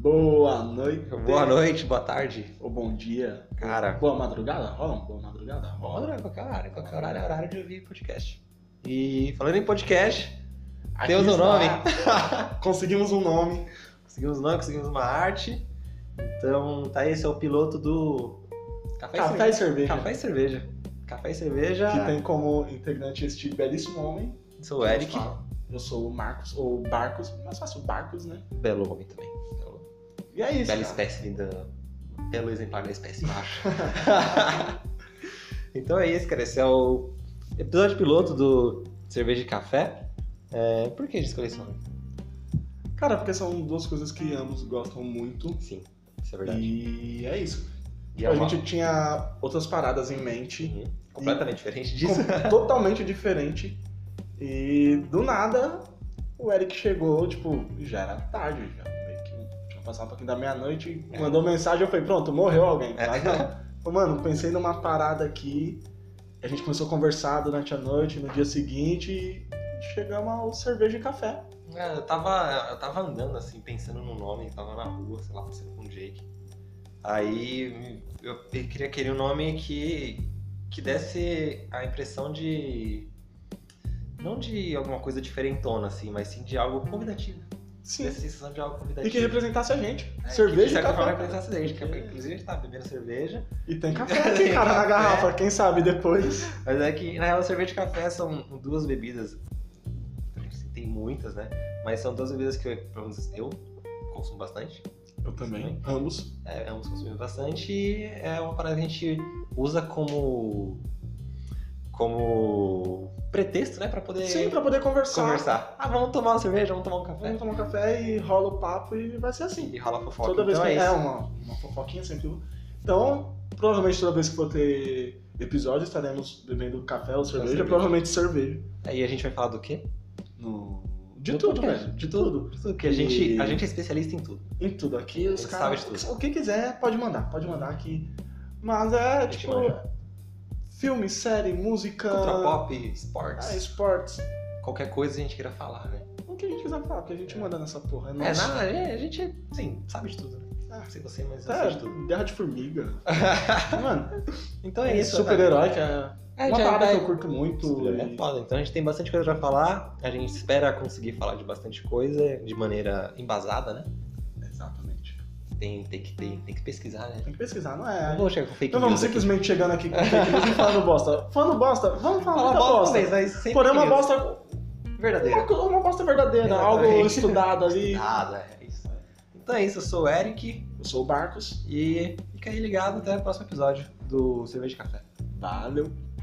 Boa noite. Boa noite, boa tarde. Ou bom dia. Cara, Boa madrugada? Rola um boa madrugada? Rola. bora, né? qualquer horário, qualquer horário é horário de ouvir podcast. E falando em podcast, temos um está. nome. Conseguimos um nome. conseguimos um nome, conseguimos uma arte. Então, tá aí, esse é o piloto do Café, Café e e, cerveja. Cerveja. Café e Cerveja. Café e Cerveja. Que tem como integrante este belíssimo homem. Sou o Eric. Eu sou o Marcos, ou Barcos, mas faço Barcos, né? Belo homem também. E é isso. cara. Bela espécie da. Belo exemplar da espécie, eu acho. então é isso, cara. Esse é o episódio piloto do Cerveja e Café. É, por que a gente escolheu esse nome? Cara, porque são duas coisas que ambos gostam muito. Sim, isso é verdade. E é isso. E é a uma- gente tinha outras paradas em mente, Uhum. completamente diferente disso. com- totalmente diferente. E do nada, o Eric chegou, tipo, já era tarde, já meio que tinha passado um pouquinho da meia-noite, É. mandou mensagem, eu falei, pronto, morreu alguém. É. Mas não. Falei, Mano, pensei numa parada aqui, a gente começou a conversar durante a noite, no dia seguinte, e chegamos ao cerveja e café. É, eu, tava, eu tava andando assim, pensando no nome, tava na rua, sei lá, pensando com o Jake. Aí eu pe- queria querer um nome que, que desse a impressão de. Não de alguma coisa diferentona, assim, mas sim de algo convidativo. Sim. Dessa sensação de algo E que convidativo. representasse a gente. É, cerveja que e café. representasse a gente, que é, É. Inclusive a gente tava bebendo cerveja. E tem café aqui, cara, na Café. garrafa. Quem sabe depois. Mas é que, na real, cerveja e café são duas bebidas. Tem muitas, né? Mas são duas bebidas que eu, pelo menos eu consumo bastante. Eu também. Ambos. É, ambos consumimos bastante e é uma parada que a gente usa como. como pretexto, né? Pra poder Sim, pra poder conversar. conversar. Ah, vamos tomar uma cerveja, vamos tomar um café. Vamos tomar café e rola o papo e vai ser assim. E rola fofoca. toda vez então que é é isso. uma, uma fofoquinha sempre. um. Então, provavelmente toda vez que for ter episódio, estaremos bebendo café ou cerveja, cerveja. provavelmente cerveja. Aí a gente vai falar do quê? No... De Do tudo, podcast. velho. De tudo. De tudo. Que a, E- gente, a gente é especialista em tudo. Em tudo. Aqui os gente caras. sabe de O que quiser, pode mandar. Pode mandar aqui. Mas é A gente tipo. manja. Filme, série, música. Cultura pop, esportes, Ah, esportes. qualquer coisa a gente queira falar, né? O que a gente quiser falar, o que a gente manda nessa porra. É, É, nosso. nada, é, a gente, sim, sabe de tudo, né? Tá. Ah, Não sei você, mas eu É, sei de tudo. guerra de formiga. Mano, Então é isso. super-herói que é É, uma já parada vai- que eu curto muito. É e- foda. Então a gente tem bastante coisa pra falar. A gente espera conseguir falar de bastante coisa de maneira embasada, né? Exatamente. Tem, tem, que, tem, tem que pesquisar, né? Tem que pesquisar, não Não é? vou chegar com fake Não vamos news aqui. simplesmente chegando aqui com fake news e falando bosta. Falando bosta, vamos falar Falar da bosta, é bosta. talvez, mas sempre Porém, uma fake news. bosta, uma, verdadeira. co- uma bosta verdadeira, algo Exatamente. estudado ali. Nada, é isso. Então é isso. Eu sou o Eric Eu sou o Barcos. e fica aí ligado até o próximo episódio do Cerveja de Café. Valeu.